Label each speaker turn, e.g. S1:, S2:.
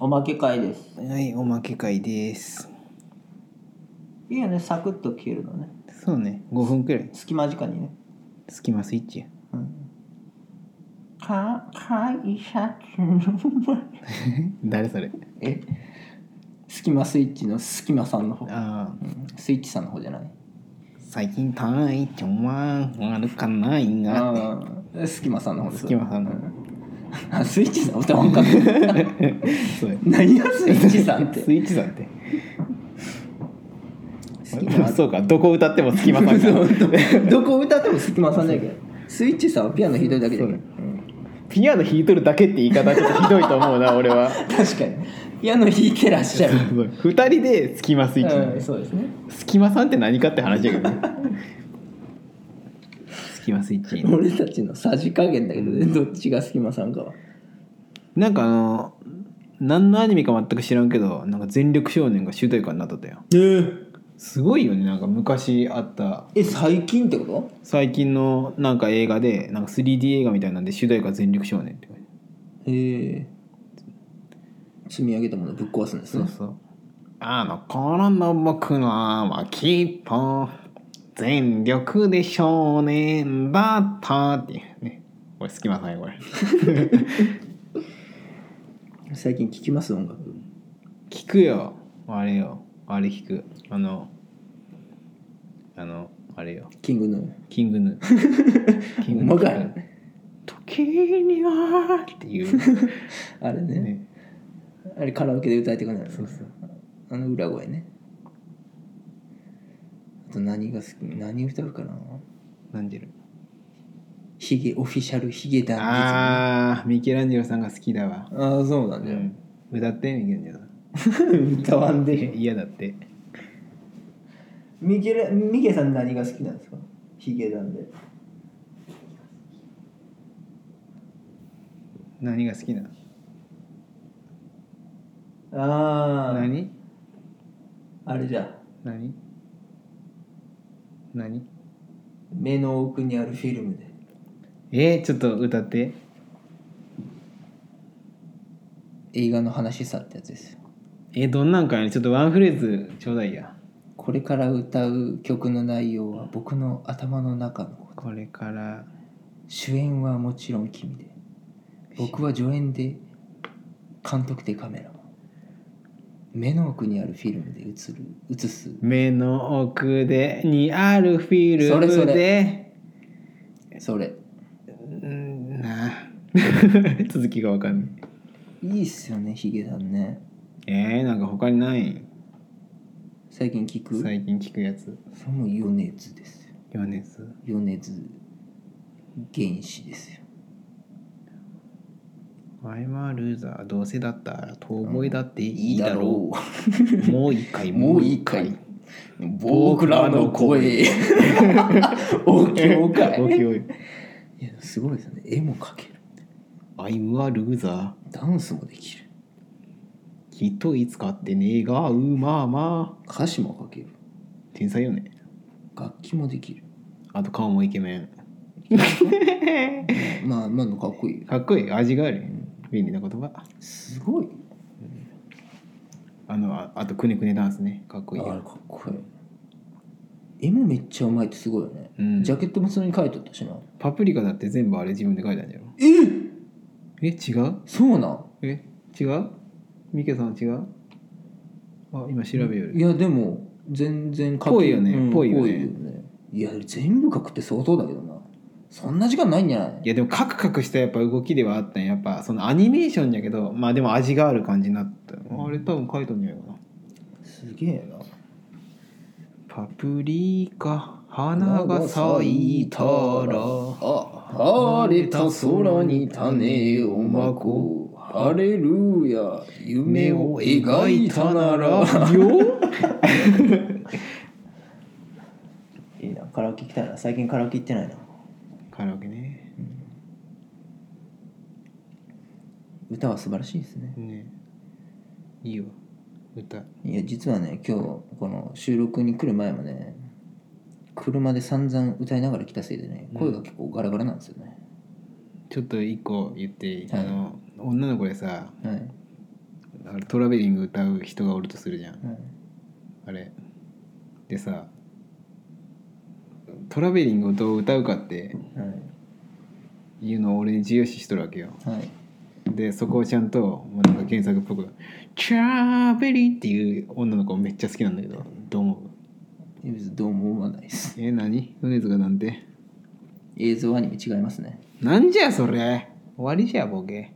S1: おまけ会です
S2: はい、おまけ会です。
S1: いいよねサクッと消えるのね
S2: そうね、5分くらい。
S1: 隙間時間にね
S2: スキマスイッチや。
S1: うんか会社中
S2: 誰それ
S1: えスキマスイッチのスキマさんの方
S2: ああ、
S1: スイッチさんの方じゃない
S2: 最近単位ちょまん、悪かないがって。
S1: うんスキマさんの方です
S2: スキマさんの
S1: うあスイッチさん歌わんかった
S2: そうや。
S1: 何やスイッチさんって
S2: スイッチさんって。
S1: スキマ
S2: そうか、どこ歌ってもスキマ さん
S1: そう
S2: が。
S1: どこ歌ってもスキマさんだけどスイッチさんはピアノ弾いてるだけだけど
S2: そうピアノ弾いとるだけって言い方ちょっとひどいと思う な、俺は。
S1: 確かにピアノ弾いてらっしゃる
S2: 二人でスキマスイッチなん
S1: う
S2: で
S1: ん
S2: す。
S1: そうですね
S2: スキマさんって何かって話やけどね。スキマスイッチ。
S1: 俺たちのさじ加減だけどねどっちがスキマさんかは
S2: なんかあの何のアニメか全く知らんけどなんか全力少年が主題歌になっとったよ
S1: え
S2: すごいよねなんか昔あった
S1: え最近ってこと
S2: 最近のなんか映画でなんか 3D 映画みたいなんで主題歌全力少年って書いてある
S1: ええ積み上げたものぶっ壊すんですね
S2: そうあの頃の僕のはきっと全力で少年だったっていうねこれ隙間さんやこれ
S1: 最近聞きます音楽
S2: 聞くよあれよあれ聞くあのあのあれよ
S1: キングの
S2: キングヌー。キン
S1: うまかい
S2: 時にはっていう、
S1: あれね
S2: ね。
S1: あれカラオケで歌えてくれない
S2: そうそう。
S1: あの裏声ねあと何が好き何歌うかな
S2: なんでる。
S1: ヒゲオフィシャルヒゲダンディズムあ
S2: ああ、ミケランジェロさんが好きだわ。
S1: あーそうな
S2: うん
S1: だよ、
S2: ん。歌ってミケランジェロさん。
S1: 歌わんでへん
S2: 嫌だって。
S1: ミケラミケさん何が好きなんですかヒゲダンで
S2: 何が好きなの？
S1: ああ
S2: 何？
S1: あれじゃ
S2: 何？何？
S1: 目の奥にあるフィルムで
S2: えー、ちょっと歌って。
S1: 映画の話さってやつですよ
S2: えー、どんなんかね、ちょっとワンフレーズちょうだいや。
S1: これから歌う曲の内容は僕の頭の中のこと
S2: これから。
S1: 主演はもちろん君で僕は助演で監督でカメラマン目の奥にあるフィルムで映る映す
S2: 目の奥でにあるフィルムで。
S1: それそれそれ
S2: うんなあ 続きがわかんない
S1: いいっすよねヒゲダンね
S2: えー、なんか他にない
S1: 最近聞く
S2: 最近聞くやつ
S1: それも米津ですよ
S2: 米津
S1: 米津原始ですよ
S2: 前はルーザーどうせだったら遠吠えだっていいだろ
S1: う
S2: う、 もう一回
S1: もういいかい僕らの 声大きい大き
S2: お
S1: い
S2: きおい
S1: いやすごいですね絵も描ける
S2: アイムはルーザ
S1: ダンスもできる
S2: ーきっといつかって願うまあまあ
S1: 歌詞も書ける
S2: 天才よね
S1: 楽器もできる
S2: あと顔もイケメン
S1: まあ今のかっこいいよ
S2: かっこいい味がある便利な言葉
S1: すごい
S2: あのああとくねくねダンスねかっこいい
S1: あれ
S2: よ
S1: かっこいい絵もめっちゃうまいってすごいよね、
S2: うん
S1: ジャケットもそれに書いとったしな
S2: パプリカだって全部あれ自分で書いたんじゃろ
S1: え
S2: え違う
S1: そうなん
S2: え違うミケさん違うあ今調べよ
S1: い
S2: る
S1: やでも全然書
S2: ぽいよね
S1: うん
S2: ぽいよね
S1: ぽいよねいや全部書くって相当だけどなそんな時間ないんじゃない
S2: いやでもカクカクしたやっぱ動きではあったんややっぱそのアニメーションやけどまあでも味がある感じになったあれ多分書いたんじゃないかな
S1: すげえな
S2: パプリカ花が咲いたら
S1: あ晴れた空に種をまこうハレルヤ夢を描いたなら
S2: よ
S1: いいなカラオケ行きたいな最近カラオケ行ってないな
S2: カラオケね
S1: 歌は素晴らしいですね
S2: ねいいわ歌
S1: いや実はね今日この収録に来る前もね車で散々歌いながら来たせいでね声が結構ガラガラなんですよね、
S2: ちょっと一個言っていい
S1: はい
S2: あの女の子でさ
S1: はい
S2: ああれトラベリング歌う人がおるとするじゃん
S1: うん
S2: あれでさトラベリングをどう歌うかって
S1: はい
S2: いうのを俺に重要視しとるわけよ
S1: はい
S2: でそこをちゃんともうなんか原作っぽく「チャーベリー」っていう女の子めっちゃ好きなんだけどどう思う
S1: いや別にどうも思わないです
S2: え何米津がなんて
S1: 映像アニメ違いますね
S2: なんじゃそれ終わりじゃボケ